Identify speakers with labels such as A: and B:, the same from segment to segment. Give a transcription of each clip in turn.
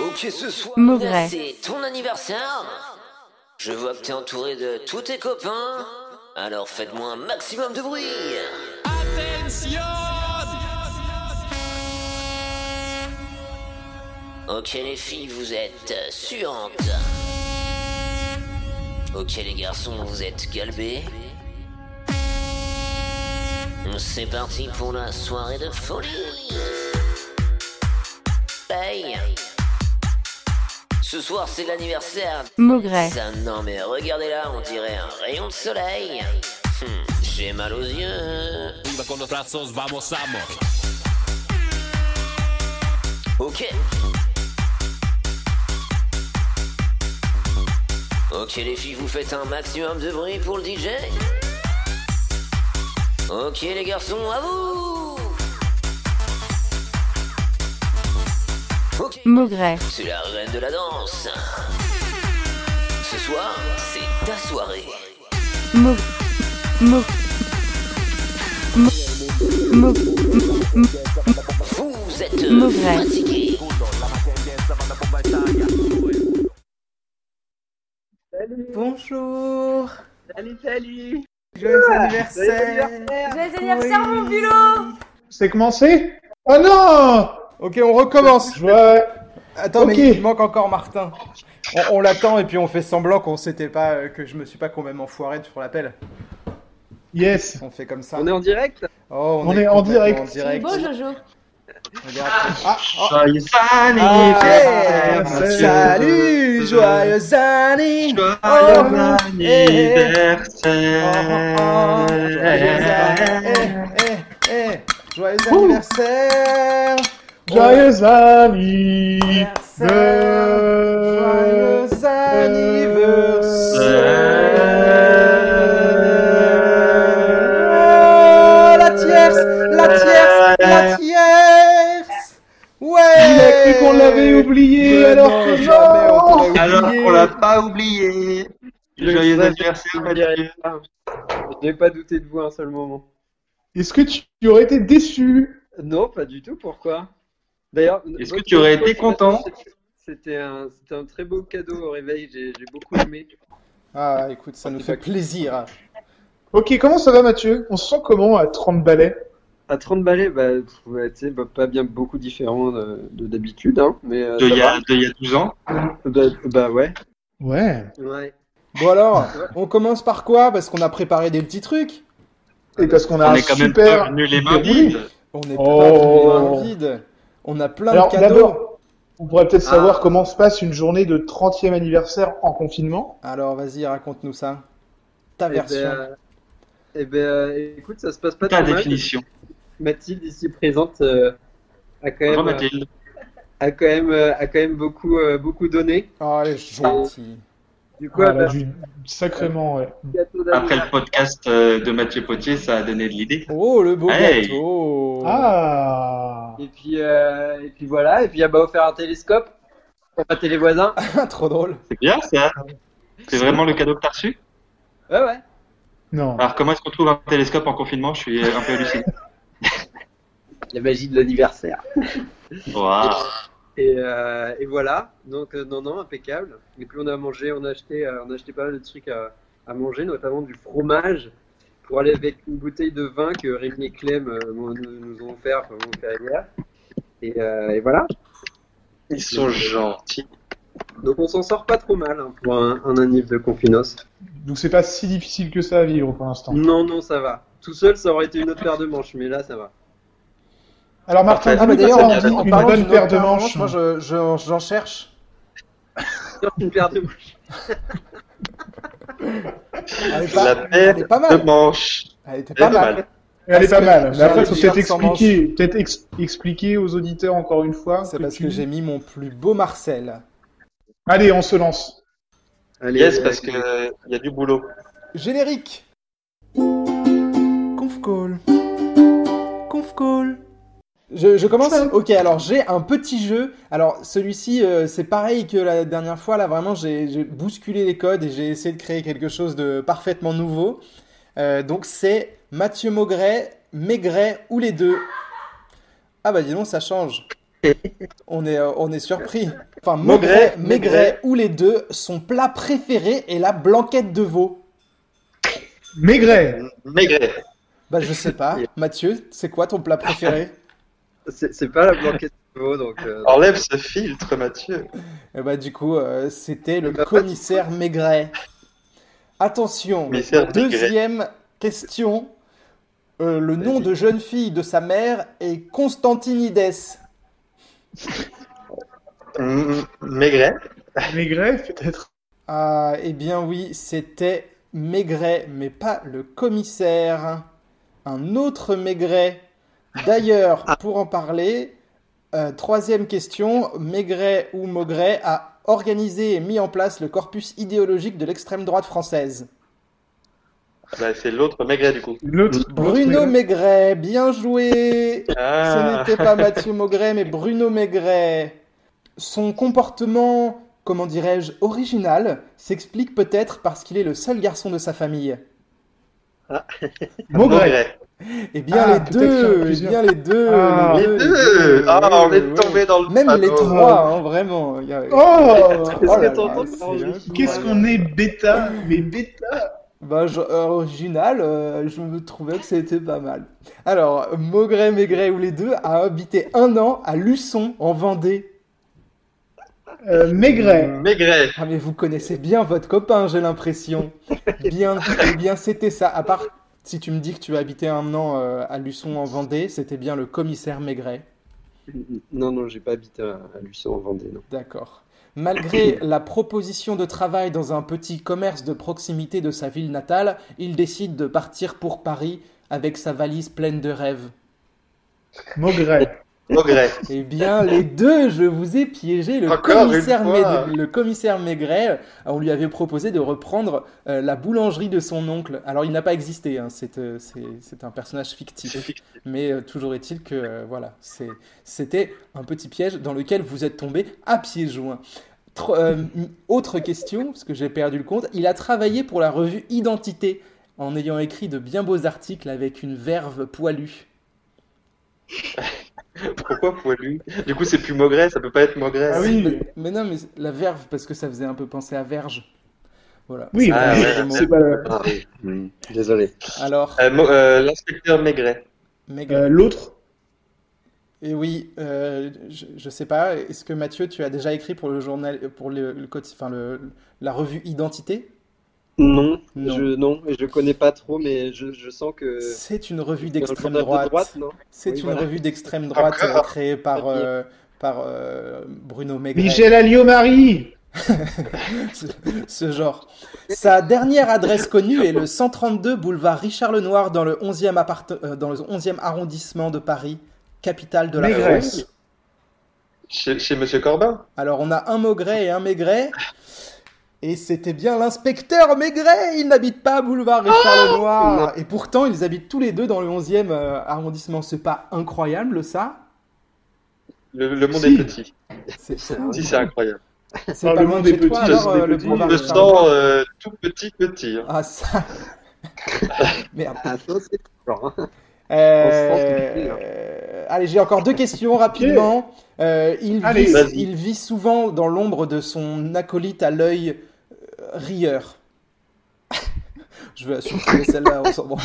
A: Ok, ce soir,
B: Maugret.
A: c'est ton anniversaire. Je vois que t'es entouré de tous tes copains. Alors faites-moi un maximum de bruit. Ok les filles, vous êtes euh, suantes. Ok les garçons, vous êtes galbés. C'est parti pour la soirée de folie. Hey. Ce soir, c'est l'anniversaire
B: Maugret.
A: ça, non mais regardez là, on dirait un rayon de soleil. Hmm, J'ai mal aux yeux.
C: Viva con los brazos, vamos, vamos.
A: Ok. Ok les filles, vous faites un maximum de bruit pour le DJ. Ok les garçons, à vous. Ok.
B: Maugret.
A: C'est la reine de la danse. Ce soir, c'est ta soirée.
B: Maug... Maug... Maug... Maug...
A: Vous êtes
B: Mauvais.
A: fatigués.
D: Bonjour
E: Salut, salut
D: Joyeux anniversaire
F: Joyeux anniversaire,
D: Oui.
F: mon bulot
G: C'est commencé Oh non
D: Ok, on recommence
G: Je vois...
D: Attends,
G: Ok.
D: mais il manque encore Martin. On, on l'attend et puis on fait semblant qu'on s'était pas, euh, que je me suis pas complètement enfoiré sur l'appel.
G: Yes
D: On fait comme ça.
E: On est en direct
D: Oh,
G: On est en
D: complètement
G: direct.
D: En direct.
F: Beau Jojo
D: Regarde. Ah, oh.
H: Joyeux
D: Ah,
H: anniversaire,
G: Mathieu.
D: Salut, joyeux anniversaire.
H: Joyeux
D: Oh. Oh, oh, oh.
H: anniversaire.
D: Eh, eh, eh. Joyeux anniversaire.
G: Joyeux
D: Joyeux Oh,
G: anniversaire
D: anniversaire La tierce La tierce La tierce Ouais
G: Il a cru qu'on l'avait oublié,
D: Mais
G: alors
D: non,
G: que
D: jamais on
G: non
D: pourrait oublier.
H: Alors qu'on l'a pas oublié. Joyeux anniversaire, Mathieu.
E: Je n'ai pas douté de vous un seul moment.
G: Est-ce que tu tu aurais été déçu
E: Non, pas du tout, pourquoi D'ailleurs,
H: Est-ce
E: votre
H: que tu aurais été
E: cadeau,
H: content
E: C'était un, c'était un très beau cadeau au réveil, j'ai j'ai beaucoup aimé.
D: Ah, écoute, ça nous fait plaisir.
G: Ok, comment ça va Mathieu On se sent comment à 30 balais
E: À 30 balais, bah, pff, ouais, tu sais, bah, pas bien beaucoup différent de de d'habitude, hein, mais euh,
H: De
E: ça
H: il y
E: va.
H: a de il y a 12 ans.
E: Bah, bah ouais.
G: Ouais
E: Ouais.
D: Bon alors, on commence par quoi Parce qu'on a préparé des petits trucs.
G: Et parce qu'on a
H: On
G: un
H: est quand même
G: super...
H: pas venus les mains
G: super bruit.
H: vides.
D: On est
G: Oh.
D: pas venu les mains vides. On a plein
G: Alors
D: de cadeaux.
G: d'abord, on pourrait peut-être
E: Ah.
G: savoir comment se passe une journée de 30e anniversaire en confinement.
D: Alors, vas-y, raconte-nous ça. Ta
E: Eh
D: version.
E: ben, euh, eh ben, euh, écoute, ça se passe pas
H: Ta
E: trop mal.
H: définition.
E: Mathilde, ici présente, euh, a quand
H: Bonjour
E: même, euh,
H: Mathilde.
E: a quand même, euh, a quand même beaucoup, euh, beaucoup donné.
D: Oh, elle est gentille.
E: Du coup, elle
G: Voilà,
E: m'a
G: du- Sacrément, ouais.
E: fait un gâteau
H: Ah, Après le
E: d'anniversaire.
H: podcast euh, de Mathieu Potier, ça a donné de l'idée.
D: Oh, le beau
H: Hey.
D: gâteau.
G: Ah
E: Et puis, euh, et puis voilà, et puis elle m'a offert un télescope pour mater les voisins.
D: Trop drôle.
H: C'est bien ça. C'est vraiment le cadeau que t'as reçu.
E: Ouais, ouais.
G: Non.
H: Alors comment est-ce qu'on trouve un télescope en confinement Je suis un peu halluciné.
E: La magie de l'anniversaire.
H: Waouh.
E: Et, euh, et voilà, donc euh, non, non, impeccable. Et puis on a mangé, on a acheté, euh, on a acheté pas mal de trucs à, à manger, notamment du fromage pour aller avec une bouteille de vin que Rémi et Clem euh, m'ont- nous, nous ont offert, enfin, m'ont offert hier. Et, euh, et voilà.
H: Ils sont gentils.
E: Donc on s'en sort pas trop mal hein, pour un, un anniv de confinos.
G: Donc c'est pas si difficile que ça à vivre pour l'instant.
D: Mm.
E: Non, non, ça va. Tout seul, ça aurait été une autre paire de manches, mais là, ça va.
G: Alors Martin,
H: Ah,
G: dis-nous
H: bah, d'ailleurs,
G: comment
H: en-
G: on dit
H: en
G: une
D: parlant
G: bonne
D: d'une
G: paire
D: autre
G: de manches.
D: Moi, je- je- j'en cherche.
E: Une paire de manches.
D: Elle est
H: La
D: pas,
H: paire
D: elle est pas
H: de
D: mal.
H: manche.
D: Elle était pas
H: Et de
D: mal.
H: balle.
G: Elle est
D: parce
G: pas
D: que
G: mal. Mais
D: j'ai
G: après,
D: un
G: faut
D: t-shirt
G: peut-être
D: sans
G: expliquer, peut-être ex- expliquer aux auditeurs encore une fois.
D: C'est
G: que
D: parce
G: tu-
D: que j'ai mis mon plus beau Marcel.
G: Allez, on se lance.
E: Allez, euh,
H: Yes,
E: allez,
H: parce
E: allez.
H: que il y a du boulot.
D: Générique. Conf call. Conf call. Je, je commence Ok, alors j'ai un petit jeu. Alors celui-ci, euh, c'est pareil que la dernière fois. Là, vraiment, j'ai j'ai bousculé les codes et j'ai essayé de créer quelque chose de parfaitement nouveau. Euh, donc c'est Mathieu Maugret, Maigret ou les deux. Ah bah dis donc, ça change. On est, euh, on est surpris. Enfin, Maugret, Maugret,
H: Maugret.
D: ou les deux, son plat préféré est la blanquette de veau.
G: Maigret.
H: Maigret.
D: Bah, je sais pas. Mathieu, c'est quoi ton plat préféré
E: C'est c'est pas la blanquette de veau, donc. euh,
H: Enlève ce filtre, Mathieu.
D: Et bah, du coup, euh, c'était le
E: Bah, bah,
D: commissaire Maigret. Attention,
H: Commissaire Maigret.
D: deuxième question. Euh, le nom de jeune fille de sa mère est Constantinides.
H: Mm, Maigret.
G: Maigret, peut-être.
D: Ah, eh bien oui, c'était Maigret, mais pas le commissaire. Un autre Maigret. D'ailleurs, pour en parler, euh, troisième question, Maigret ou Maugret a organisé et mis en place le corpus idéologique de l'extrême droite française.
H: Bah, c'est l'autre Maigret, du coup.
G: L'autre.
D: Mm. Bruno Maigret, bien joué Ce
H: Ah.
D: n'était pas Mathieu Maugret, mais Bruno Maigret. Son comportement, comment dirais-je, original, s'explique peut-être parce qu'il est le seul garçon de sa famille.
G: Maugret.
D: Eh bien,
G: Ah,
D: les
G: peut-être qu'il y en a
D: deux, eh
G: plusieurs.
D: bien les deux,
G: Ah.
H: Les deux Ah, on
D: oui,
H: est
D: oui.
H: tombé dans le
D: Même les
H: panneau.
D: trois, hein, vraiment. il y a-
G: Oh
D: Oh là là,
H: t'entends
D: c'est
H: parler
D: incroyable.
G: Qu'est-ce qu'on est bêta Mais bêta
D: Bah, je- euh, original, euh, je me trouvais que c'était pas mal. Alors, Maugret, Maigret ou les deux a habité un an à Luçon, en Vendée.
G: euh, Maigret.
H: Maigret.
D: Ah, mais vous connaissez bien votre copain, j'ai l'impression. Bien, eh bien c'était ça. À part si tu me dis que tu as habité un an euh, à Luçon, en Vendée, c'était bien le commissaire Maigret.
E: Non, non, j'ai pas habité à, à Luçon en Vendée, non.
D: D'accord. Malgré la proposition de travail dans un petit commerce de proximité de sa ville natale, il décide de partir pour Paris avec sa valise pleine de rêves.
G: Maugret.
H: Maigret.
D: Eh bien, les deux, je vous ai piégé. Le,
H: Encore une
D: commissaire,
H: fois.
D: Maigret- le commissaire Maigret, euh, on lui avait proposé de reprendre euh, la boulangerie de son oncle. Alors, il n'a pas existé, hein, c'est euh, c'est- c'est un personnage
H: C'est
D: fictif.
H: fixe.
D: Mais euh, toujours est-il que, euh, voilà, c'est- c'était un petit piège dans lequel vous êtes tombé à pieds joints. Tro- euh, une autre question, parce que j'ai perdu le compte, il a travaillé pour la revue Identité en ayant écrit de bien beaux articles avec une verve poilue.
H: Pourquoi poilu Du coup, c'est plus Maugret, ça peut pas être Maugret.
G: Ah oui.
D: Mais, mais non, mais la verve, parce que ça faisait un peu penser à verge. Voilà.
G: Oui,
H: Ah,
G: bah,
H: ouais,
G: c'est-
H: ouais.
G: c'est pas le-
H: Ah, oui.
E: Désolé.
D: Alors,
H: Euh, Mo- euh, L'inspecteur Maigret.
D: Maigret.
G: euh, l'autre.
D: Et oui, euh, je, je sais pas, est-ce que Mathieu, tu as déjà écrit pour le journal, pour le, le quotidi- enfin, le- la revue Identité?
E: Non,
D: Non.
E: je non, je connais pas trop, mais je, je sens que.
D: C'est une revue
E: c'est un
D: d'extrême
E: journal de
D: droite.
E: non
D: C'est
E: Oui,
D: une
E: voilà.
D: revue d'extrême droite
H: Encore.
D: euh, créée par,
E: Oui.
D: euh, par euh, Bruno Maigret.
G: Michel Alliot-Marie.
D: ce, ce genre. Sa dernière adresse connue est le 132 boulevard Richard Lenoir dans le 11e, appart- euh, dans le 11e arrondissement de Paris, capitale de la
G: Maigret.
D: France.
H: Chez, chez Monsieur Corbin
D: Alors on a un Maugret et un Maigret. Et c'était bien l'inspecteur Maigret Il n'habite pas boulevard Richard
G: Oh
D: Lenoir Et pourtant, ils habitent tous les deux dans le 11e euh, arrondissement. C'est pas incroyable ça
H: le, le monde
G: Si.
H: est petit.
D: C'est
H: Si, c'est incroyable.
D: c'est pas
G: Ah, le
D: loin
G: monde
D: de
G: est
D: chez toi
G: petit,
D: alors,
G: c'est
D: euh, le
G: petit.
D: boulevard
H: Je me
D: Richard
H: sens euh, tout petit, petit. hein.
D: Ah ça Merde.
E: Attends, c'est fort, hein.
D: Euh,
E: En France, c'est difficile,
D: Allez, j'ai encore deux questions rapidement. Euh, il,
G: Allez,
D: vit,
H: vas-y.
D: il vit souvent dans l'ombre de son acolyte à l'œil euh, rieur. Je vais assumer celle-là, on s'en branle.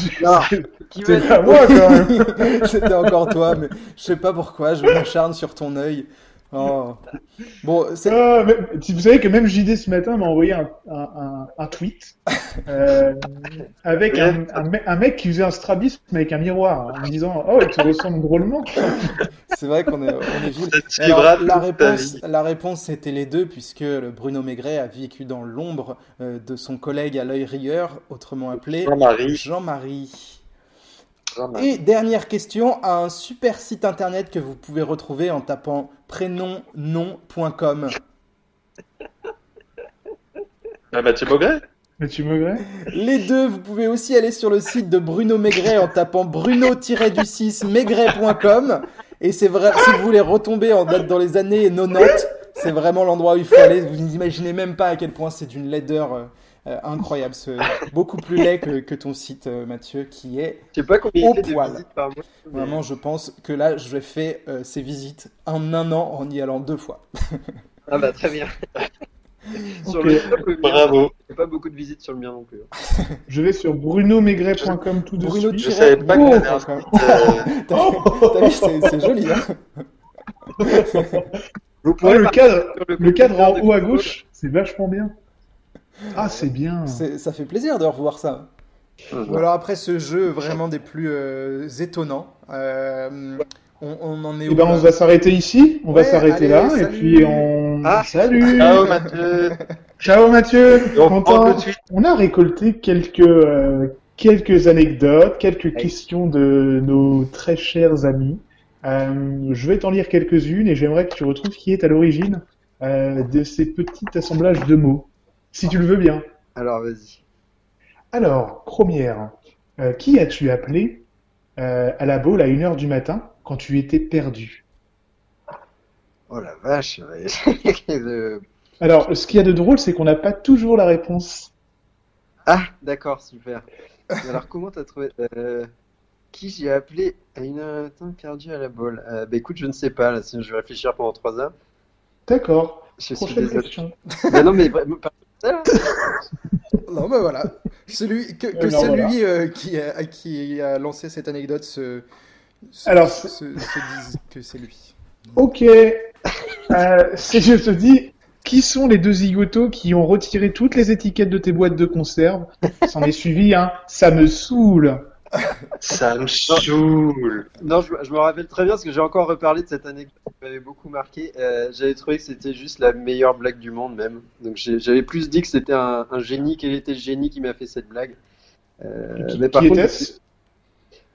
E: Qui va
G: C'est
E: être-
G: pas moi, quand même.
D: C'était encore toi, mais je sais pas pourquoi, je m'acharne sur ton œil. Oh. Bon, c'est...
G: Ah, mais- si vous savez que même JD ce matin m'a envoyé un, un- un- un tweet euh, avec un, un me- un mec qui faisait un strabisme avec un miroir hein, en me disant Oh, il te ressemble drôlement.
D: c'est vrai qu'on est, on est vile.
H: Ça te
D: Alors,
H: suivra
D: la,
H: toute ta
D: réponse,
H: vie.
D: la réponse c'était les deux, puisque le Bruno Maigret a vécu dans l'ombre euh, de son collègue à l'œil rieur, autrement appelé
H: Jean-Marie.
D: Jean-Marie.
H: Jean-Marie.
D: Et dernière question, à un super site internet que vous pouvez retrouver en tapant prénomnom.com.
H: Ah, Mathieu Maugret
G: Mais tu me grais
D: Les deux, vous pouvez aussi aller sur le site de Bruno Maigret en tapant bruno-du6maigret.com. Et c'est vrai, si vous voulez retomber en date dans les années 90, C'est vraiment l'endroit où il faut aller. Vous n'imaginez même pas à quel point c'est d'une laideur euh, euh, incroyable. ce- beaucoup plus laid que, que ton site, euh, Mathieu, qui est
E: Je sais pas combien
D: Au
E: il fait de
D: poil.
E: visites par mois. mais-
D: vraiment, je pense que là, je fais euh, ces visites en un an en y allant deux fois.
E: Ah bah très bien. sur
G: Ok.
E: le shop, le mien,
H: Bravo.
E: il y a pas beaucoup de visites sur le mien non plus. hein.
G: Je vais sur brunomaigret.com tout de
D: Bruno
G: suite.
H: Je savais pas que la
D: Wow,
H: dernière
D: quand même. Oh
H: Euh,
D: T'as vu, c'est c'est joli. hein.
E: Vous
G: Ouais, Oh, le
E: partir
G: cadre,
E: sur
G: le cadre en
E: de
G: haut à
E: Google.
G: gauche, c'est vachement bien. Ah, c'est bien.
D: C'est- Ça fait plaisir de revoir ça. Ou alors après ce jeu vraiment des plus euh, étonnants, euh, on, on en est
G: Et ben, on
D: là
G: va s'arrêter ici, on
D: Ouais,
G: va s'arrêter
D: allez,
G: là,
D: salut.
G: et puis on.
E: Ah.
G: Salut
H: Ciao Mathieu.
G: Ciao Mathieu
H: Et on prend
G: Content.
H: tout de suite.
G: On a récolté quelques, euh, quelques anecdotes, quelques questions de nos très chers amis. Euh, je vais t'en lire quelques-unes et j'aimerais que tu retrouves qui est à l'origine euh, de ces petits assemblages de mots, si tu le veux bien.
E: Alors vas-y.
G: Alors, première, euh, qui as-tu appelé euh, à la boule à 1h du matin quand tu étais perdu?
E: Oh la vache. ouais. Le-
G: Alors, ce qu'il y a de drôle, c'est qu'on n'a pas toujours la réponse.
E: Ah, d'accord, super. Alors, comment t'as trouvé euh, qui j'ai appelé à une heure matin perdu à la boule? Euh, bah écoute, je ne sais pas, là, sinon je vais réfléchir pendant trois heures.
G: D'accord,
E: Je suis
G: prochaine
E: désolé.
G: question.
E: Bah non, mais bref, par- ça, là,
D: Non, ben voilà. Celui, que que
G: Alors,
D: celui euh, qui, a, qui a lancé cette anecdote se, se-
G: Alors,
D: se, se dise que c'est lui.
G: Ok, Euh, si je te dis, qui sont les deux zigotos qui ont retiré toutes les étiquettes de tes boîtes de conserve? S'en est suivi, hein? Ça me saoule.
H: Ça me saoule.
E: Non, je, je me rappelle très bien parce que j'ai encore reparlé de cette anecdote qui m'avait beaucoup marqué. Euh, j'avais trouvé que c'était juste la meilleure blague du monde même. Donc j'ai- j'avais plus dit que c'était un, un génie, quel était le génie qui m'a fait cette blague. Euh,
G: Qui,
E: mais par
G: qui
E: contre,
G: était-ce?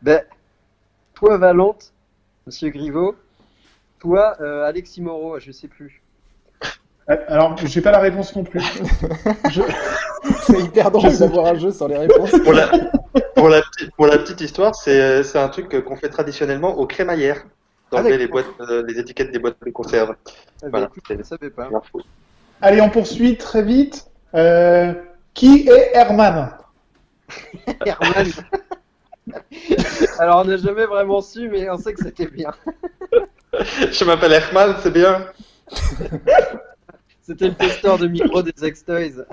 E: ben, toi Valente, Monsieur Griveau, toi euh, Alexis Moreau, je sais plus.
G: Euh, Alors, j'ai pas la réponse non plus. Je-
D: C'est hyper drôle
G: sais.
D: d'avoir un jeu sans les réponses.
H: Pour la, pour la, petite- pour la petite histoire, c'est euh, c'est un truc qu'on fait traditionnellement aux crémaillères. D'enlever
D: Ah,
H: les, boîtes, euh, les étiquettes des boîtes de conserve.
E: Ah, ben,
H: Voilà.
E: écoute, je ne savais pas.
G: Allez, on poursuit très vite. Euh, qui est Herman?
E: Herman. Alors on n'a jamais vraiment su, mais on sait que c'était bien.
H: Je m'appelle Herman, c'est bien.
E: C'était le testeur de micro des X-Toys.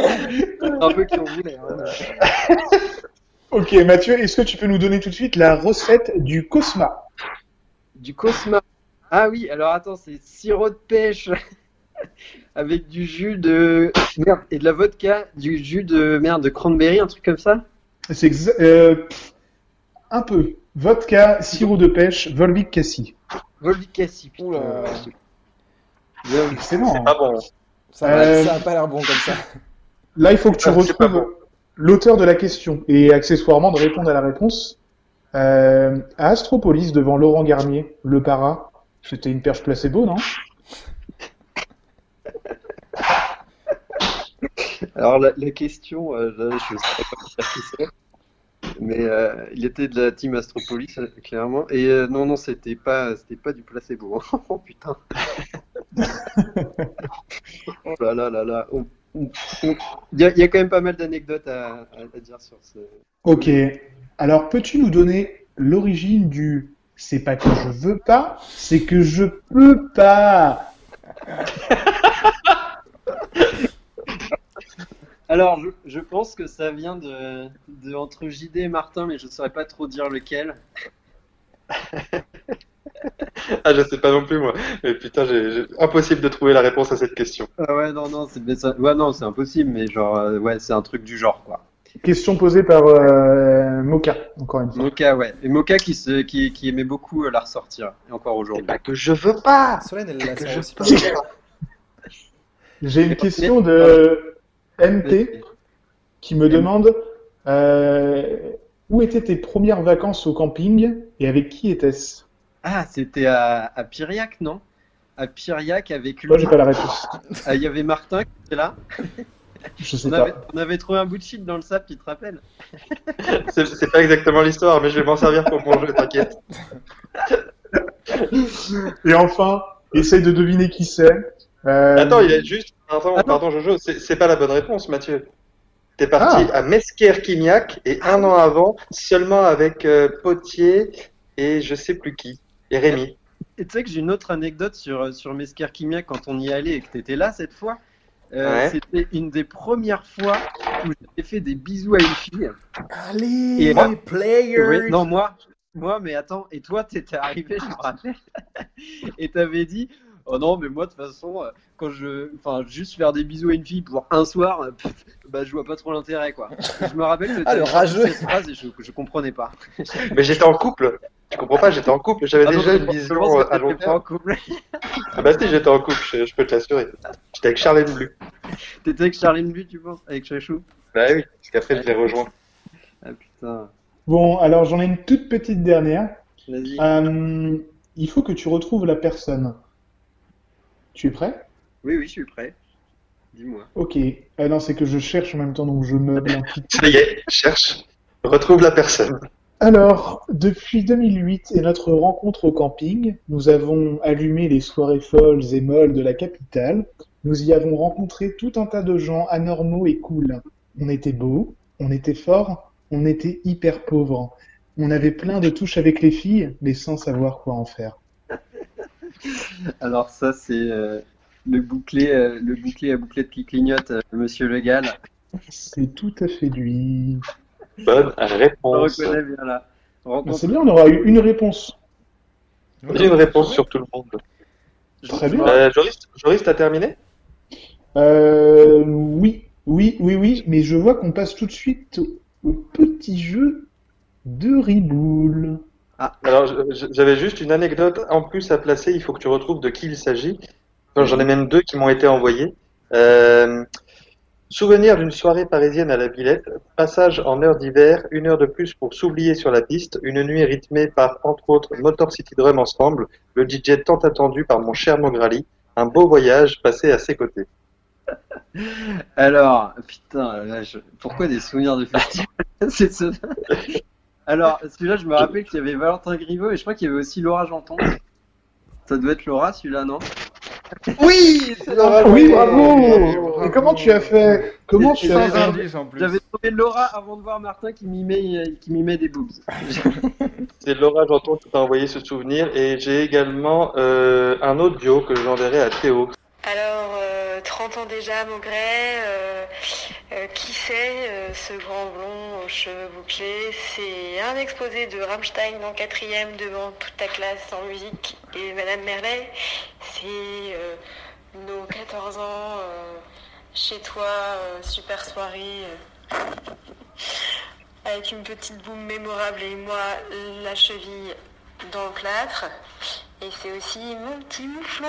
E: un peu qui on voulait. hein.
G: Ok, Mathieu, est-ce que tu peux nous donner tout de suite la recette du Cosma?
E: Du Cosma. Ah oui, alors attends, c'est sirop de pêche avec du jus de merde et de la vodka, du jus de merde de cranberry, un truc comme ça.
G: C'est exa- euh, pff, un peu. Vodka, sirop de pêche, Volvic Cassis.
E: Volvic Cassis. putain.
D: Oula.
E: Bien vu.
G: Excellent.
H: Ah bon.
D: Ça a
G: Euh,
D: ça a pas l'air bon comme ça.
G: Là, il faut que tu
H: Ah, c'est pas bon.
G: retrouves l'auteur de la question et accessoirement de répondre à la réponse. Euh, à Astropolis, devant Laurent Garnier, le para, c'était une perche placebo, non
E: Alors la, la question, euh, là, je ne sais pas qui c'est, mais euh, il était de la team Astropolis euh, clairement. Et euh, non non, c'était pas c'était pas du placebo. hein. oh putain. oh là là là là. On- on- on- Il y, a, il y a quand même pas mal d'anecdotes à, à- à dire sur ce.
G: Ok. Alors, peux-tu nous donner l'origine du c'est pas que je veux pas, c'est que je peux pas
E: Alors je, je pense que ça vient de, de entre JD et Martin, mais je ne saurais pas trop dire lequel.
H: Ah, je sais pas non plus, moi. Mais putain, j'ai j'ai- impossible de trouver la réponse à cette question.
E: Ah ouais non non c'est mais ça- ouais non c'est impossible, mais genre euh, ouais c'est un truc du genre quoi.
G: Question posée par euh, Moka, encore une fois.
E: Moka, ouais. Et Moka qui, se, qui, qui aimait beaucoup euh, la ressortir, et encore
H: C'est
E: aujourd'hui.
H: pas que je veux pas.
D: Solène, elle
H: C'est
D: l'a
H: que
D: sent
H: je
D: aussi pas.
H: peux pas.
G: J'ai une question de MT. qui me demande euh, où étaient tes premières vacances au camping et avec qui était-ce
E: Ah, c'était à, à Piriac, non À Piriac avec
G: Moi,
E: lui.
G: j'ai pas la réponse.
E: Ah, Il y avait Martin qui était là.
G: Je sais
E: On
G: pas.
E: avait, on avait trouvé un bout de shit dans le sable, tu te rappelles
H: C'est c'est pas exactement l'histoire, mais je vais m'en servir pour mon jeu, t'inquiète.
G: Et enfin, essaye de deviner qui c'est. Euh,
H: Attends, il y a juste. Pardon, pardon Jojo, c'est c'est pas la bonne réponse, Mathieu. T'es parti
E: Ah.
H: à Mesquer-Quignac et un an avant, seulement avec euh, Potier et je sais plus qui. Et Rémi.
E: Et tu sais que j'ai une autre anecdote sur, euh, sur Mesquerquimia quand on y allait et que t'étais là cette fois. Euh,
H: Ouais.
E: C'était une des premières fois où j'ai fait des bisous à une fille.
D: Allez,
E: Et moi-
D: players
E: Oui, non, moi, moi, mais attends, et toi, t'étais arrivé, je me rappelle, et t'avais dit, oh non, mais moi, de toute façon, euh, quand je, enfin, juste faire des bisous à une fille pour un soir, euh, pff, bah, je vois pas trop l'intérêt, quoi. Et je me rappelle que
D: Ah, le
E: t'avais sorti
D: rageux.
E: cette phrase et je, je comprenais pas.
H: Mais j'étais en couple. Tu comprends pas, j'étais en couple. J'avais
E: Ah, donc,
H: déjà
E: je
H: une
E: pense- je
H: vision
E: pense que
H: euh, à
E: t'étais
H: long
E: pas
H: terme.
E: en couple.
H: Ah bah si, j'étais en couple, je, je peux te l'assurer. J'étais avec Charlène Bleu.
E: T'étais avec Charlene Blue, tu penses, avec Chachou
H: Bah oui, parce qu'après je l'ai rejoint.
E: Ah putain,
G: Bon, alors j'en ai une toute petite dernière.
E: vas-y.
G: Euh, il faut que tu retrouves la personne. Tu es prêt?
E: Oui, oui, je suis prêt. Dis-moi.
G: Ok. Euh, non, c'est que je cherche en même temps, donc je meuble un petit
H: Ça y est, cherche. Retrouve la personne.
G: Alors, depuis 2008 et notre rencontre au camping, nous avons allumé les soirées folles et molles de la capitale. Nous y avons rencontré tout un tas de gens anormaux et cool. On était beaux, on était forts, on était hyper pauvres. On avait plein de touches avec les filles, mais sans savoir quoi en faire.
E: Alors ça, c'est euh, le bouclé, euh, le bouclé à bouclette qui clignote, euh, Monsieur Le Gall.
G: C'est tout à fait lui.
H: Bonne
E: On le
H: réponse.
E: reconnaît bien là.
G: Ben,
E: Rencontre.
G: c'est bien, on aura eu une réponse.
H: J'ai une réponse sur tout le monde.
E: Je-
G: Très bien.
H: Euh, Joris, Joris, t'as terminé
G: Euh, oui, oui, oui, oui, mais je vois qu'on passe tout de suite au- au petit jeu de Riboul.
H: Alors, je- je- j'avais juste une anecdote en plus à placer. Il faut que tu retrouves de qui il s'agit. Enfin, J'en ai même deux qui m'ont été envoyés. Euh, souvenir d'une soirée parisienne à la Villette. Passage en heure d'hiver, une heure de plus pour s'oublier sur la piste. Une nuit rythmée par, entre autres, Motor City Drum Ensemble, le DJ tant attendu par mon cher Mograli. Un beau voyage passé à ses côtés.
E: Alors, putain, là, je- pourquoi des souvenirs de festival C'est ça. Alors, celui-là, je me rappelle qu'il y avait Valentin Griveaux et je crois qu'il y avait aussi Laura Janton. Ça doit être Laura, celui-là, non
H: Oui
E: Ah
G: Ah Oui, bravo! Et comment tu as fait? Comment
E: Et
G: tu as
E: sans
G: fait?
E: indice.
F: indices en plus.
E: J'avais trouvé Laura avant de voir Martin qui mimait, euh, qui mimait des boobs.
H: C'est Laura Janton qui t'a envoyé ce souvenir. Et j'ai également euh, un audio que j'enverrai à Théo.
I: Alors, euh, 30 ans déjà à Maugret, euh, euh, qui c'est euh, ce grand blond aux cheveux bouclés C'est un exposé de Rammstein en quatrième devant toute ta classe en musique et Madame Merlet. C'est euh, nos 14 ans euh, chez toi, euh, super soirée. euh, avec une petite boum mémorable et moi, la cheville dans le plâtre. Et c'est aussi mon petit mouflon.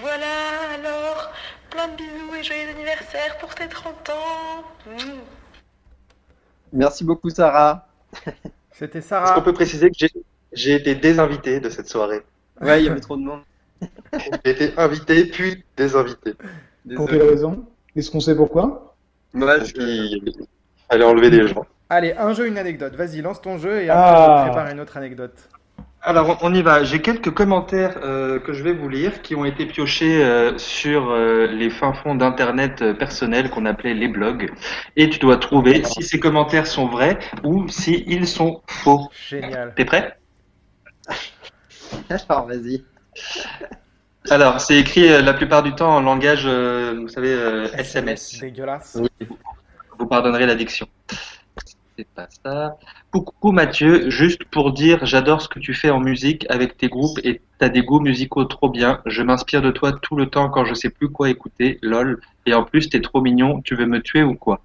I: Voilà, alors, plein de bisous et joyeux anniversaire pour tes 30 ans. Mouah.
E: Merci beaucoup, Sarah.
F: C'était
H: Est-ce
F: Sarah.
H: qu'on peut préciser que j'ai- j'ai été désinvité de cette soirée
E: Ouais, il y avait trop de monde.
H: J'ai été invité, puis désinvité.
G: Pour quelle raison? Est-ce qu'on sait pourquoi?
E: Moi,
H: Parce
E: je-
H: qu'il fallait enlever des gens.
F: Allez, un jeu, une anecdote. Vas-y, lance ton jeu et après,
G: Ah.
F: je prépare une autre anecdote.
H: Alors, on on y va. J'ai quelques commentaires euh, que je vais vous lire qui ont été piochés euh, sur euh, les fins fonds d'Internet euh, personnels qu'on appelait les blogs. Et tu dois trouver si ces commentaires sont vrais ou si ils sont faux.
E: Ah,
F: Génial.
H: T'es prêt
E: Alors, vas-y.
H: Alors, c'est écrit euh, la plupart du temps en langage, euh, vous savez, euh, SMS.
F: Dégueulasse.
H: vous pardonnerez l'addiction. C'est pas ça. Coucou Mathieu, juste pour dire, j'adore ce que tu fais en musique avec tes groupes et t'as des goûts musicaux trop bien. Je m'inspire de toi tout le temps quand je sais plus quoi écouter, lol. Et en plus, t'es trop mignon, tu veux me tuer ou quoi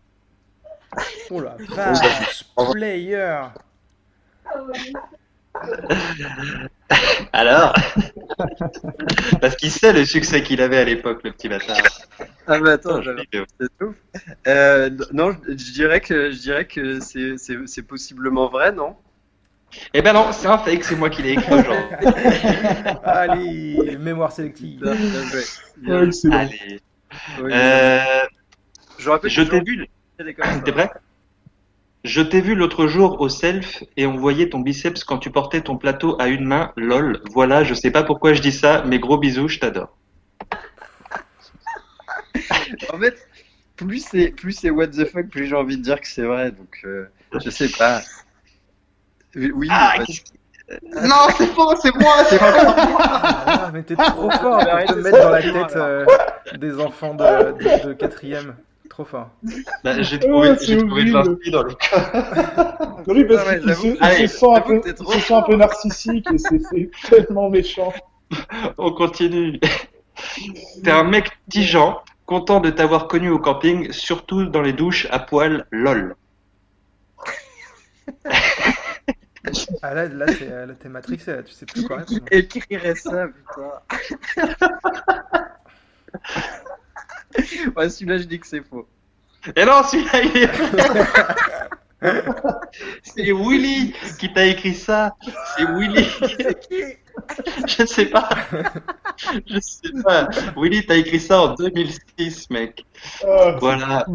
F: Oh la vache. Player.
H: Alors Parce qu'il sait le succès qu'il avait à l'époque, le petit bâtard.
E: Ah bah
H: Oh,
E: attends, j'avais c'est ouf. Euh, n- non, je, je dirais que je dirais que c'est c'est- c'est possiblement vrai, non
H: Eh ben non, c'est un fake, c'est moi qui l'ai écrit aujourd'hui.
F: Allez, mémoire sélective.
E: Bien joué.
G: Ah Ouais, excellent.
H: Allez.
E: Oui.
H: Euh,
E: Je rappelle
H: Je
E: que
H: t'ai
E: Jean-
H: vu.
E: elle est comme ça.
H: T'es prêt Je t'ai vu l'autre jour au self et on voyait ton biceps quand tu portais ton plateau à une main. Lol. Voilà, je sais pas pourquoi je dis ça, mais gros bisous, je t'adore.
E: En fait, plus c'est plus c'est what the fuck, plus j'ai envie de dire que c'est vrai. Donc, euh, je sais pas. Oui, oui,
H: Ah,
E: en fait.
H: Non, c'est faux, c'est moi, c'est
F: Ah, mais t'es trop fort pour
E: Arrête,
F: te
E: c'est
F: mettre
E: ça,
F: dans la
E: c'est moi,
F: tête euh, des enfants de, de, de quatrième. Trop fort.
H: Bah, j'ai trouvé,
G: Oh,
H: j'ai
G: c'est
H: trouvé de
G: horrible.
H: l'inspi dans le
G: Oui, parce
E: Ah ouais,
G: qu'il se,
E: j'avoue.
G: il se
H: Allez,
G: sent un
E: j'avoue
G: peu,
E: que t'es trop
G: il se sent un peu narcissique et c'est c'est tellement méchant.
H: On continue. T'es un mec tigeant, content de t'avoir connu au camping, surtout dans les douches à poil, lol.
F: Ah là, là t'es là, t'es matrixé, là, tu sais plus quoi répondre.
E: écrirait ça, putain. ouais, celui-là, je dis que c'est faux.
H: Et non, celui-là, il est... C'est Willy qui t'a écrit ça. C'est Willy. Je sais pas. Je sais pas. Willy t'a écrit ça en 2006, mec.
G: Ah,
H: Voilà.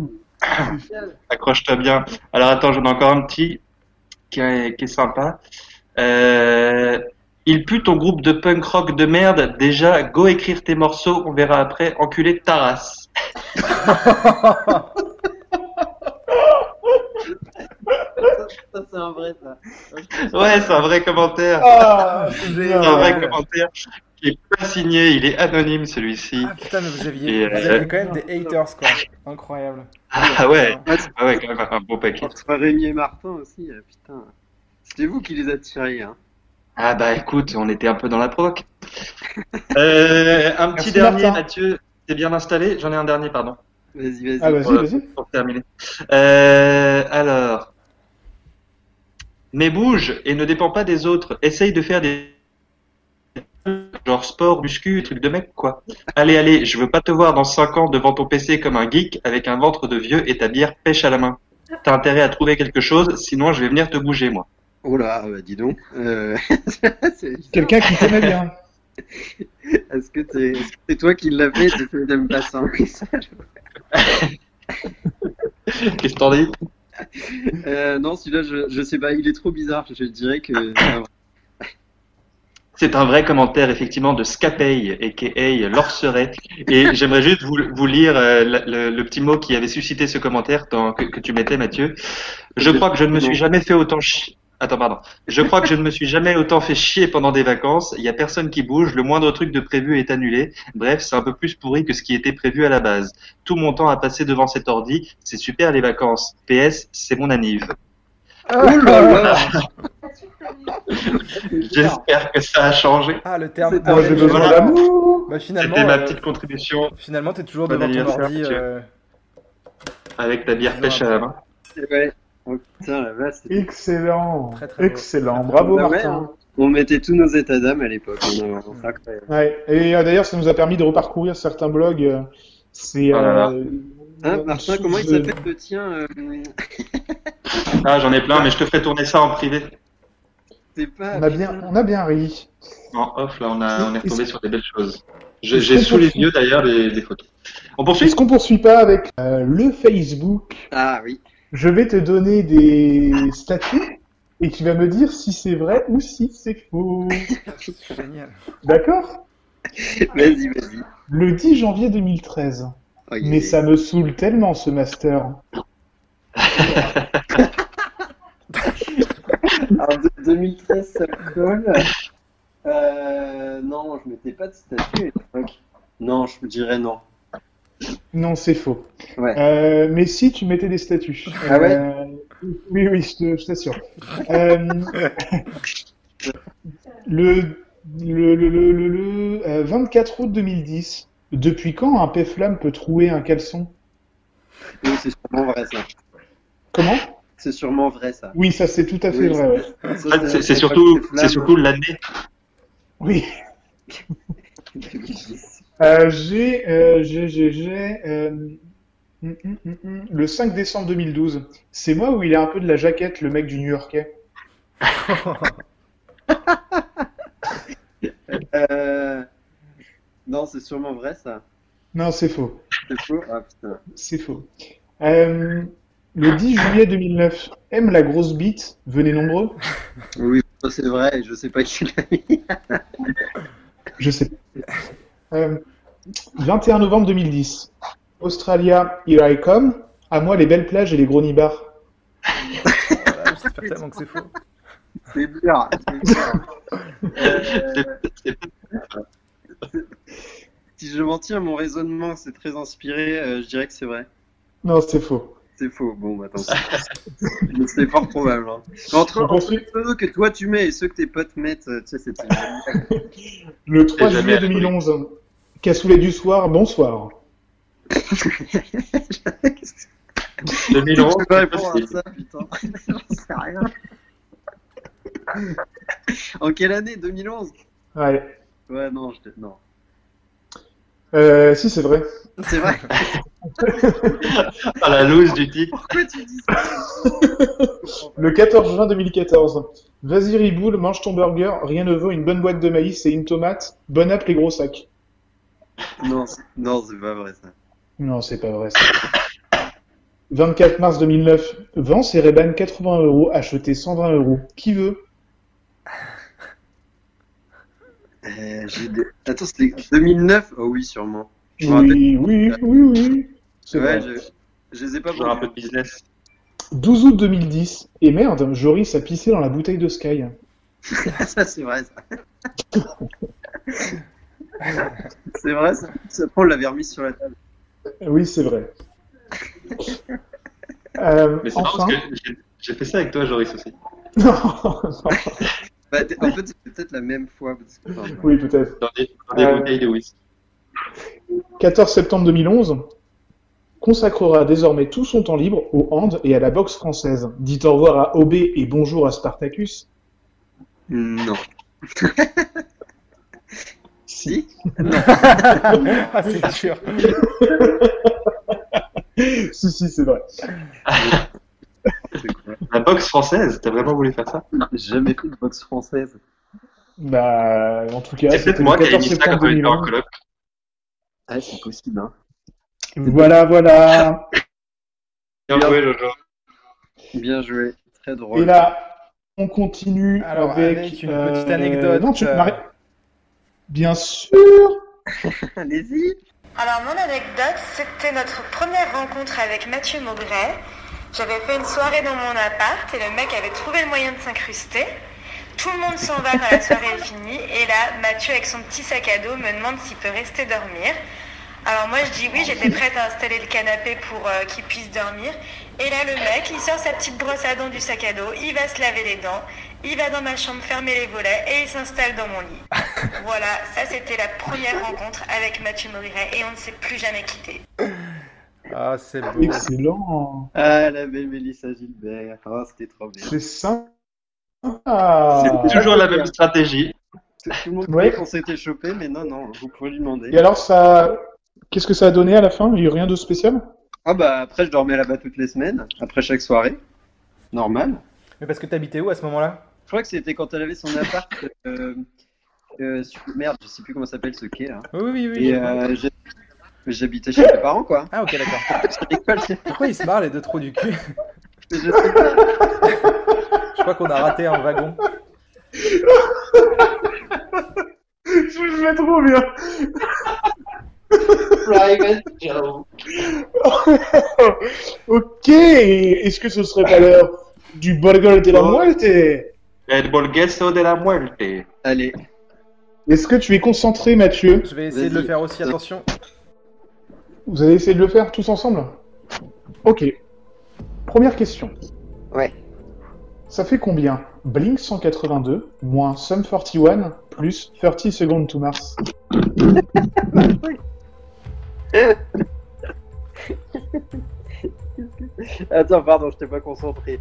H: Accroche-toi bien. Alors attends, j'en ai encore un petit qui est, qui est sympa. Euh, il pue ton groupe de punk rock de merde. Déjà, go écrire tes morceaux, on verra après. Enculé de ta race.
E: Ça, c'est un vrai, ça.
H: Ouais, c'est un vrai commentaire.
G: Ah,
H: C'est un vrai
F: Génial.
H: commentaire qui est pas signé, il est anonyme celui-ci.
F: Ah putain, mais vous
H: Et,
F: aviez, vous
H: euh,
F: aviez quand même des haters, quoi. Incroyable.
H: Ah ouais, ah ouais, quand même un beau paquet.
E: Entre Rémi et Martin aussi, euh, putain. C'était vous qui les attirez, hein.
H: Ah bah écoute, on était un peu dans la proc. Euh, un petit
G: Merci,
H: dernier,
G: Martin.
H: Mathieu, t'es bien installé. J'en ai un dernier, pardon.
E: Vas-y, vas-y.
G: Ah, vas-y,
H: Voilà.
G: vas-y.
H: pour terminer. Euh, alors. Mais bouge et ne dépend pas des autres. Essaye de faire des. Genre sport, muscu, truc de mec, quoi. Allez, allez, je veux pas te voir dans 5 ans devant ton PC comme un geek avec un ventre de vieux et ta bière pêche à la main. T'as intérêt à trouver quelque chose, sinon je vais venir te bouger, moi.
E: Oh là, bah, dis donc. Euh, c'est-
G: Quelqu'un qui connaît bien.
E: Est-ce que t'es- est-ce que c'est toi qui l'as fait et tu fais de me passer un message
H: Qu'est-ce que t'en dis
E: Euh, Non, celui-là, je, je sais pas, il est trop bizarre. Je dirais que. euh,
H: C'est un vrai commentaire, effectivement, de Scapey, a.k.a. Lorseret. Et j'aimerais juste vous, vous lire euh, la- le, le petit mot qui avait suscité ce commentaire dans- que, que tu mettais, Mathieu. Je crois que je ne me suis jamais fait autant chier. Attends, pardon. Je crois que je ne me suis jamais autant fait chier pendant des vacances. Il y a personne qui bouge. Le moindre truc de prévu est annulé. Bref, c'est un peu plus pourri que ce qui était prévu à la base. Tout mon temps à passer devant cet ordi. C'est super les vacances. PS, c'est mon anniv.
G: Ah.
E: Oh là là
H: J'espère que ça a changé.
F: Ah, le terme.
E: C'est
F: Ah,
G: Moi, j'ai
F: mais
G: besoin
F: voilà.
G: d'amour.
F: Bah, finalement,
H: C'était ma
F: euh,
H: petite contribution
F: finalement, t'es
E: Bah,
F: toujours
H: Bon
F: devant ton
H: anniversaire,
F: ordi.
H: Mathieu.
F: euh,
H: avec ta bière pêche à la main.
E: Ouais. Oh, putain, la vache, c'était-
G: Excellent.
F: Très, très beau.
G: Excellent. Bravo,
E: Ah ouais,
G: Martin.
E: hein. On mettait tous nos états d'âme à l'époque. On a- c'est incroyable.
G: Ouais. Et euh, d'ailleurs, ça nous a permis de reparcourir certains blogs. euh, C'est.
H: Oh là
G: euh,
E: Hein,
G: une
E: Martin,
G: source
E: comment il
G: de-
E: s'appelle le tien euh,
H: Ah, j'en ai plein, mais je te ferai tourner ça en privé.
E: C'est pas.
G: On a bien, on a bien ri.
H: En off, là, on, a, on est retombé
G: Est-ce-
H: sur des belles choses. Je- J'ai sous les yeux, d'ailleurs, les, les photos. On poursuit
G: Est-ce qu'on poursuit pas avec euh, le Facebook
E: Ah oui.
G: Je vais te donner des statuts et tu vas me dire si c'est vrai ou si c'est faux.
F: Génial.
G: D'accord
E: Vas-y, vas-y.
G: Le 10 janvier 2013.
E: Oh, il
G: Mais
E: est-
G: ça me saoule tellement ce master.
E: Alors, de- 2013, ça me colle. Euh, non, je mettais pas de statut à l'époque. Non, je me dirais non.
G: Non, c'est faux.
E: Ouais.
G: Euh, mais si, tu mettais des statues.
E: Ah ouais
G: Euh, Oui, oui, je te- je t'assure. Euh, le, le, le, le, le- le, euh, 24 août 2010. Depuis quand un P-flamme peut trouer un caleçon
E: Oui, c'est sûrement vrai ça.
G: Comment
E: C'est sûrement vrai ça.
G: Oui, ça c'est tout à fait
E: Oui.
G: vrai. ouais.
E: Ça,
H: En fait, C'est c'est
E: pas
H: surtout,
E: que
H: c'est
E: flamme.
H: surtout l'année.
G: Oui.
E: hein,
G: Euh, j'ai, euh, j'ai, j'ai, j'ai, euh, hum, hum, hum, hum, le 5 décembre 2012. C'est moi où il a un peu de la jaquette, le mec du New Yorkais.
E: Euh, Non, c'est sûrement vrai ça.
G: Non, c'est faux.
E: C'est faux Ah putain.
G: C'est faux. Euh, le 10 juillet 2009, aime la grosse bite, venez nombreux.
E: Oui, ça, c'est vrai, je sais pas qui l'a mis.
G: Je sais pas. Euh, 21 novembre 2010, Australia, here I come. À moi les belles plages et les gros nibards.
F: Voilà, J'espère tellement que c'est faux.
E: C'est dur. C'est dur. Euh, si je m'en tiens, mon raisonnement, c'est très inspiré, euh, je dirais que c'est vrai.
G: Non, c'est faux.
E: C'est faux. Bon, bah, tant pis. Mais c'est fort probable. Hein. Entre,
G: On
E: entre
G: construit-
E: ceux que toi tu mets et ceux que tes potes mettent, euh, tu sais, c'est
G: Le 3
H: jamais
G: juillet
H: à la
G: 2011, cassoulet du soir, bonsoir.
E: Qu'est-ce que
H: 2011,
E: tu peux
H: c'est
E: répondre à
H: possible.
E: ça, putain J'en sais rien. en quelle année 2011
G: Ouais.
E: Ouais, non, je te- non.
G: Euh, si, c'est vrai.
E: C'est vrai.
H: Ah, la loose du titre.
E: Pourquoi tu dis ça
G: Le 14 juin 2014, vas-y Riboul, mange ton burger, rien ne vaut une bonne boîte de maïs et une tomate, bon app les gros sacs.
E: Non, c'est- non, c'est pas vrai ça.
G: Non, c'est pas vrai ça. 24 mars 2009, vend ses Reban 80 euros, acheté 120 euros. Qui veut
E: Euh, j'ai des- Attends, c'était 2009 Oh oui, sûrement. Je me rappelle.
G: Oui, oui, oui, oui. C'est
E: Ouais,
G: vrai.
E: je... je les ai pas
H: Toujours un peu
E: pour
H: de business.
G: 12 août 2010, et merde, Joris a pissé dans la bouteille de Sky.
E: ça, c'est vrai ça. c'est vrai ça. ça on l'avait remis sur la table.
G: Oui, c'est vrai. Euh,
H: Mais c'est marrant
G: enfin...
H: parce que j'ai- j'ai fait ça avec toi, Joris aussi.
G: Non, non.
E: Bah, t'es- en fait, c'était peut-être la même fois. parce que- enfin,
G: oui, peut-être.
H: Dans des, dans des
G: Euh.
H: bouteilles de whisky.
G: 14 septembre 2011, consacrera désormais tout son temps libre au hand et à la boxe française. Dit au revoir à OB et bonjour à Spartacus.
E: Non. si
F: ah, c'est dur.
G: si, si, c'est vrai.
H: La boxe française, t'as vraiment voulu faire ça
E: J'ai jamais pris de boxe française.
G: Bah, en tout cas,
H: C'est peut-être
G: c'était
H: moi
G: le
H: qui ai
G: 14
H: mis ça
G: septembre
H: quand on était en
G: 2011.
H: coloc.
E: Ah, c'est possible, hein.
G: Voilà, voilà.
H: Bien joué, Jojo.
E: Bien joué. Très
G: Et
E: drôle.
G: là, on continue
F: Alors,
G: avec,
F: avec une
G: euh,
F: petite anecdote,
G: Non, tu
F: euh,
G: m'arrêtes. Bien sûr.
E: Allez-y.
I: Alors mon anecdote, c'était notre première rencontre avec Mathieu Maugret. J'avais fait une soirée dans mon appart et le mec avait trouvé le moyen de s'incruster. Tout le monde s'en va quand la soirée est finie et là Mathieu avec son petit sac à dos me demande s'il peut rester dormir. Alors moi je dis oui, j'étais prête à installer le canapé pour euh, qu'il puisse dormir. Et là le mec, il sort sa petite brosse à dents du sac à dos, il va se laver les dents, il va dans ma chambre fermer les volets et il s'installe dans mon lit. Voilà, ça c'était la première rencontre avec Mathieu Maugret et on ne s'est plus jamais quitté.
F: Ah, c'est beau.
G: Excellent.
E: Ah, la belle Mélissa Gilbert. Ah, c'était trop bien.
G: C'est Ah. sympa.
H: C'est toujours la même stratégie.
E: Tout, tout le monde
G: Ouais.
E: croyait qu'on s'était chopé, mais non, non, vous pouvez lui demander.
G: Et alors, ça, qu'est-ce que ça a donné à la fin Il n'y a eu rien de spécial
E: Ah bah après je dormais là-bas toutes les semaines, après chaque soirée. Normal.
F: Mais parce que t'habitais où à ce moment-là
E: Je crois que c'était quand elle avait son appart. euh, euh, sur- merde, je sais plus comment s'appelle ce quai là.
F: Oui, oui, oui. oui,
E: Et
F: je vois.
E: euh, j'ai- j'habitais chez mes parents quoi.
F: Ah, ok, d'accord.
E: J'avais pas le-
F: Pourquoi ils se marrent les deux trous du cul
E: je sais pas.
F: Je crois qu'on a raté un wagon.
G: Je l'ai trop bien
H: Private Joe.
G: Ok, est-ce que ce serait pas l'heure du burger de la muerte
H: El bolgueso de la muerte.
E: Allez,
G: Est-ce que tu es concentré, Mathieu
F: Je vais essayer de le faire aussi, attention.
G: Vous allez essayer de le faire tous ensemble Ok. Première question.
E: Ouais.
G: Ça fait combien Blink 182 moins Sum 41 plus 30 secondes to Mars.
E: attends, pardon, je t'ai pas concentré.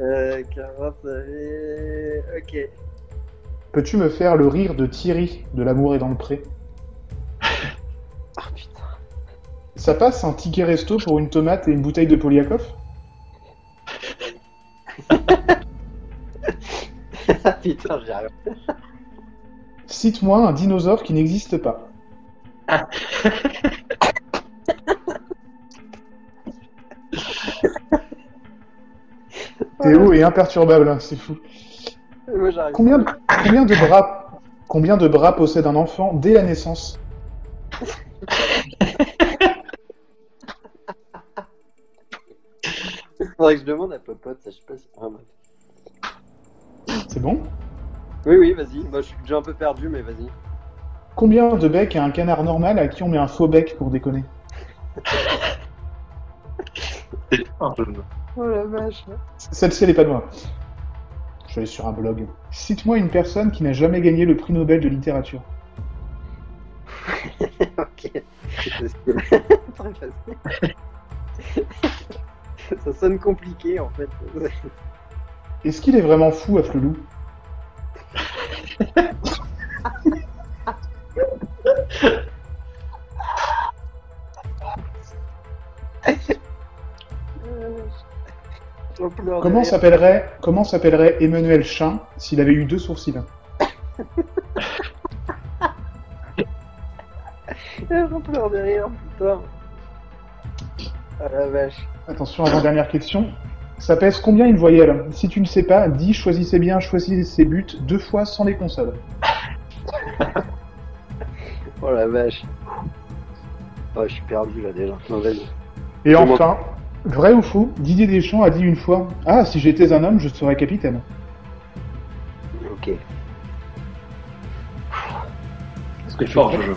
E: Euh, 40, euh, ok.
G: Peux-tu me faire le rire de Thierry de L'amour est dans le pré
E: Ah putain.
G: Ça passe un ticket resto pour une tomate et une bouteille de Poliakov
E: Ah putain, j'y arrive.
G: Cite-moi un dinosaure qui n'existe pas. Théo est imperturbable, hein, c'est fou.
E: Moi, j'arrive.
G: Combien de, combien de bras combien de bras possède un enfant dès la naissance
E: Faudrait que je demande à Popote, ça, je sais pas si. Ah, bah.
G: C'est bon
E: Oui, oui, vas-y. Moi, je suis déjà un peu perdu, mais vas-y.
G: Combien de becs a un canard normal à qui on met un faux bec pour déconner
H: C'est un jeu de mots.
E: Oh la vache.
G: Celle-ci, elle est pas de moi. Je vais aller sur un blog. Cite-moi une personne qui n'a jamais gagné le prix Nobel de littérature.
E: ok. ça sonne compliqué en fait.
G: Est-ce qu'il est vraiment fou à Flelou
E: J'en pleure de
G: Comment
E: rire.
G: s'appellerait comment s'appellerait Emmanuel Chin s'il avait eu deux sourcils hein
E: J'en pleure de rire, putain. Ah la vache.
G: Attention, avant-dernière question. Ça pèse combien une voyelle Si tu ne sais pas, dis choisissez bien, choisissez buts deux fois sans les consoles.
E: Oh la vache. Oh, je suis perdu là déjà. Non, vas-y.
G: Et
H: Comment-
G: enfin, vrai ou faux, Didier Deschamps a dit une fois Ah, si j'étais un homme, je serais capitaine.
E: Ok.
H: Parce que tu fort, Jojo.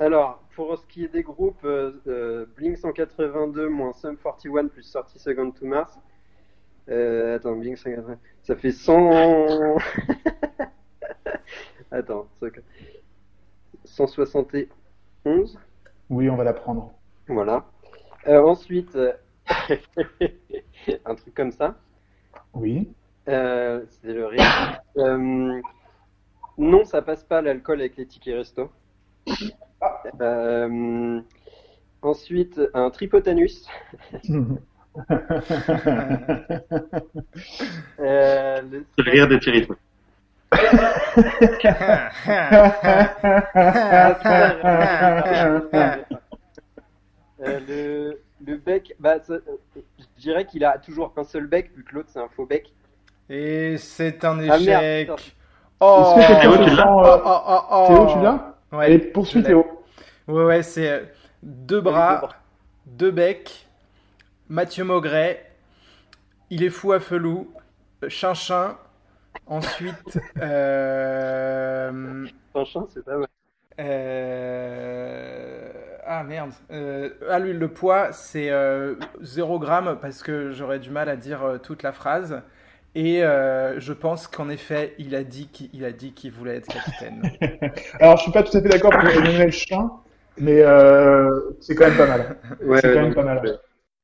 E: Alors, pour ce qui est des groupes, euh, euh, Blink 182 moins Sum 41 plus 30 Seconds to Mars. Euh, attends, Blink 182. Ça fait 100. attends, sec- 171.
G: Oui, on va la prendre.
E: Voilà. Euh, ensuite, euh, un truc comme ça.
G: Oui.
E: Euh, C'était le rire. Euh, non, ça passe pas l'alcool avec les tickets resto. Ah. Euh, ensuite, un tripotanus. Euh, le-
H: C'est le rire de Thierry. toi.
E: Euh, le, le bec, bah, ça- je dirais qu'il a toujours qu'un seul bec, vu que l'autre c'est un faux bec.
D: Et c'est un
E: Ah, merde,
D: échec.
E: putain.
D: Oh,
G: Est-ce que quelqu'un
H: Théo,
G: se
H: tu l'as
G: sent,
D: oh,
G: euh,
D: oh, oh, oh.
G: Théo, tu l'as
D: Ouais.
G: Allez, poursuis
D: je l'ai.
G: Théo.
D: Ouais, ouais, c'est euh, deux
E: deux
D: bras,
E: bras.
D: deux becs, Mathieu Maugret, il est fou à Felou, euh, Chinchin, ensuite. euh,
E: Pinchin, c'est pas mal.
D: euh, Ah merde. Euh, ah, lui, le poids, c'est 0 g parce que j'aurais du mal à dire euh, toute la phrase. Et euh, je pense qu'en effet, il a dit qu'il il a dit qu'il voulait être capitaine.
G: Alors, je suis pas tout à fait d'accord pour Emmanuel Chin, mais euh, c'est quand même pas mal.
E: Ouais,
G: C'est quand
E: ouais,
G: même pas mal.
E: ouais.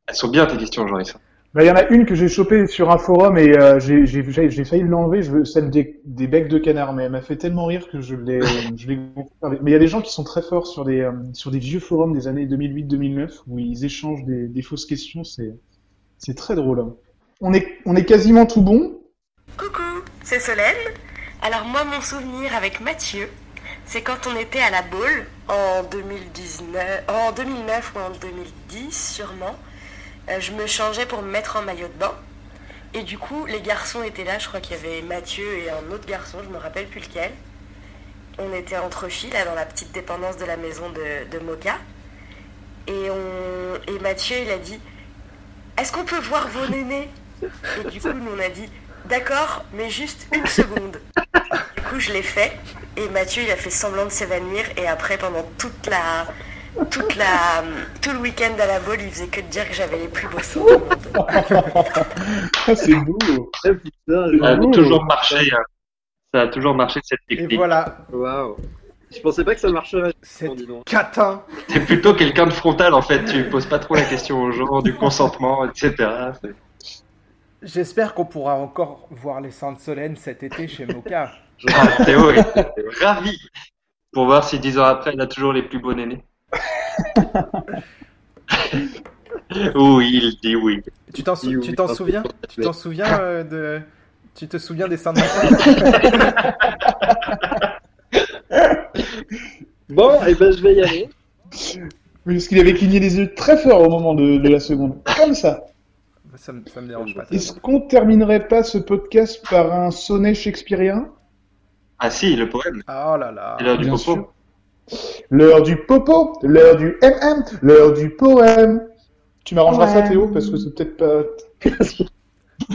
H: Elles sont bien tes questions, Jean-Yves.
G: Bah, Il y en a une que j'ai chopée sur un forum et euh, j'ai- j'ai j'ai- j'ai failli l'enlever, je veux- celle des, des becs de canard, mais elle m'a fait tellement rire que je l'ai je l'ai conservée. Mais il y a des gens qui sont très forts sur des, euh, sur des vieux forums des années 2008-2009 où ils échangent des, des fausses questions, c'est c'est très drôle. hein. On est, on est quasiment tout bon.
I: Coucou, c'est Solène. Alors moi, mon souvenir avec Mathieu, c'est quand on était à la boule en 2019, en 2009 ou en 2010 sûrement. Euh, je me changeais pour me mettre en maillot de bain. Et du coup, les garçons étaient là. Je crois qu'il y avait Mathieu et un autre garçon, je me rappelle plus lequel. On était entre filles, là, dans la petite dépendance de la maison de, de Moka. Et, on, et Mathieu, il a dit Est-ce qu'on peut voir vos nénés Et du coup, nous, on a dit D'accord, mais juste une seconde. Du coup, je l'ai fait. Et Mathieu, il a fait semblant de s'évanouir. Et après, pendant toute la. Toute la, tout le week-end à la boule, il faisait que de dire que j'avais les plus beaux seins du monde.
G: Ah, c'est beau.
E: Ah, putain,
G: Ah,
H: Ça a
G: oui.
H: Euh, toujours marché. hein. Ça a toujours marché cette
D: Et
H: technique.
D: voilà,
E: waouh. Je pensais pas que ça marcherait.
D: c'est
E: dis donc.
D: catin.
H: T'es plutôt quelqu'un de frontal en fait. Tu poses pas trop la question aux gens du consentement, etc. C'est-
D: J'espère qu'on pourra encore voir les Saintes Solènes cet été chez Moka.
H: Ah, Théo est ravi pour voir si dix ans après il a toujours les plus beaux nénés. oui, il dit oui.
D: Tu t'en sou-
E: Oui,
D: tu
E: oui,
D: t'en
E: oui.
D: souviens Tu t'en souviens euh, de tu te souviens des Saintes
E: Bon, et ben je vais y aller.
G: Oui, Parce qu'il avait cligné les yeux très fort au moment de, de la seconde. Comme ça.
D: ça me, ça me dérange pas.
G: Est-ce qu'on terminerait pas ce podcast par un sonnet shakespearien
H: Ah si, le poème.
D: Oh là là.
H: C'est l'heure du
G: Ah, Bien
H: popo.
G: sûr. L'heure du popo, l'heure du MM, l'heure du poème. Tu m'arrangeras ça,
J: Ouais.
G: Théo, parce que c'est peut-être pas.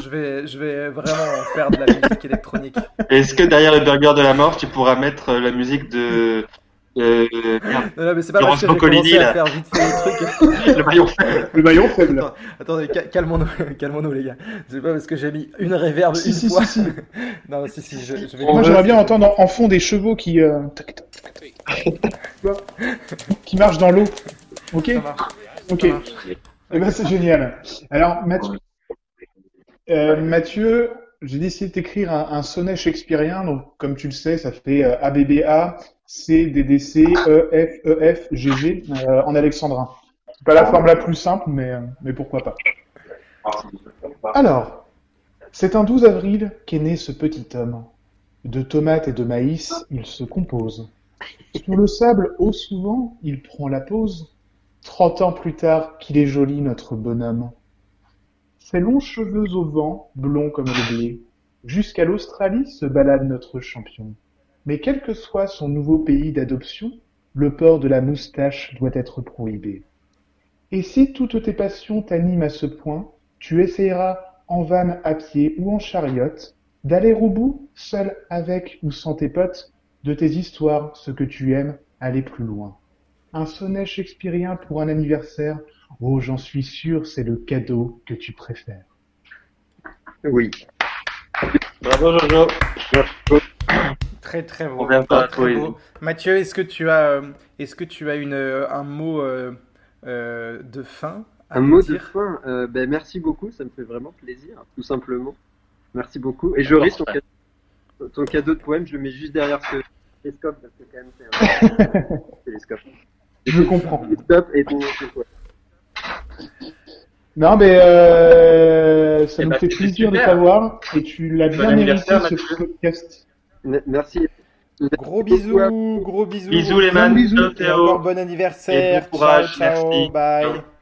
D: Je vais, je vais vraiment faire de la musique électronique.
H: Est-ce que derrière le burger de la mort, tu pourras mettre euh, la musique de... euh, merde,
D: Non, non, mais c'est pas parce
H: Laurence
D: que j'ai
H: Boccolini,
D: commencé à
H: là.
D: faire vite fait les trucs.
H: le maillon faible.
G: Le maillon faible.
D: Attendez, ca- calmons-nous, calmons-nous les gars. C'est pas parce que j'ai mis une réverbe
G: Si,
D: une
G: si,
D: fois.
G: si, si.
D: Non, si, si, je, je vais.
G: Moi, j'aimerais bien entendre en, en fond des chevaux qui. euh, tac, tac, tac, tac. Tu vois qui marchent dans l'eau. Ok
D: Ça marche.
G: Ok. Eh ben, c'est génial. Alors, Mathieu, euh, Mathieu j'ai décidé de t'écrire un, un sonnet shakespearien. Donc, comme tu le sais, ça fait euh, ABBA, C, DDC, E, F, E, F, GG euh, en alexandrin. C'est pas la forme la plus simple, mais, euh, mais pourquoi pas. Alors, c'est un 12 avril qu'est né ce petit homme. De tomates et de maïs, il se compose. Sur le sable, haut souvent, il prend la pose. Trente ans plus tard, qu'il est joli, notre bonhomme. Ses longs cheveux au vent, blonds comme le blé, jusqu'à l'Australie se balade notre champion. Mais quel que soit son nouveau pays d'adoption, le port de la moustache doit être prohibé. Et si toutes tes passions t'animent à ce point, tu essayeras, en vanne à pied ou en chariote, d'aller au bout, seul avec ou sans tes potes, de tes histoires, ce que tu aimes, aller plus loin. Un sonnet shakespearien pour un anniversaire, oh j'en suis sûr, c'est le cadeau que tu préfères.
E: Oui.
H: Bravo Jojo.
D: Très très beau.
H: On vient pas à la
D: Très
H: poésie.
D: beau. Mathieu, est-ce que tu as, euh, est-ce que tu as une, euh, un mot euh, euh, de fin à
E: Un
D: nous
E: mot de
D: dire
E: fin. Euh, ben, merci beaucoup, ça me fait vraiment plaisir, tout simplement. Merci beaucoup. Et Joris, ton, cadeau- ton cadeau de poème, je le mets juste derrière ce télescope, parce que quand même, c'est un télescope.
G: Je comprends.
E: Télescope et ton ton poème.
G: Non mais euh, ça
H: Eh
G: nous
H: ben,
G: fait
H: c'est
G: plaisir de
H: super.
G: t'avoir et tu l'as
H: Bon
G: bien mérité
H: anniversaire,
G: ce
H: Mathieu.
G: podcast.
E: Me- Merci.
D: Gros bisous, gros bisous.
H: Bisous les man.
G: Bisous.
H: Ciao,
D: Et
H: Théo.
D: encore bon anniversaire.
H: Et bon courage,
D: ciao, ciao,
H: merci.
D: bye.
H: Ciao.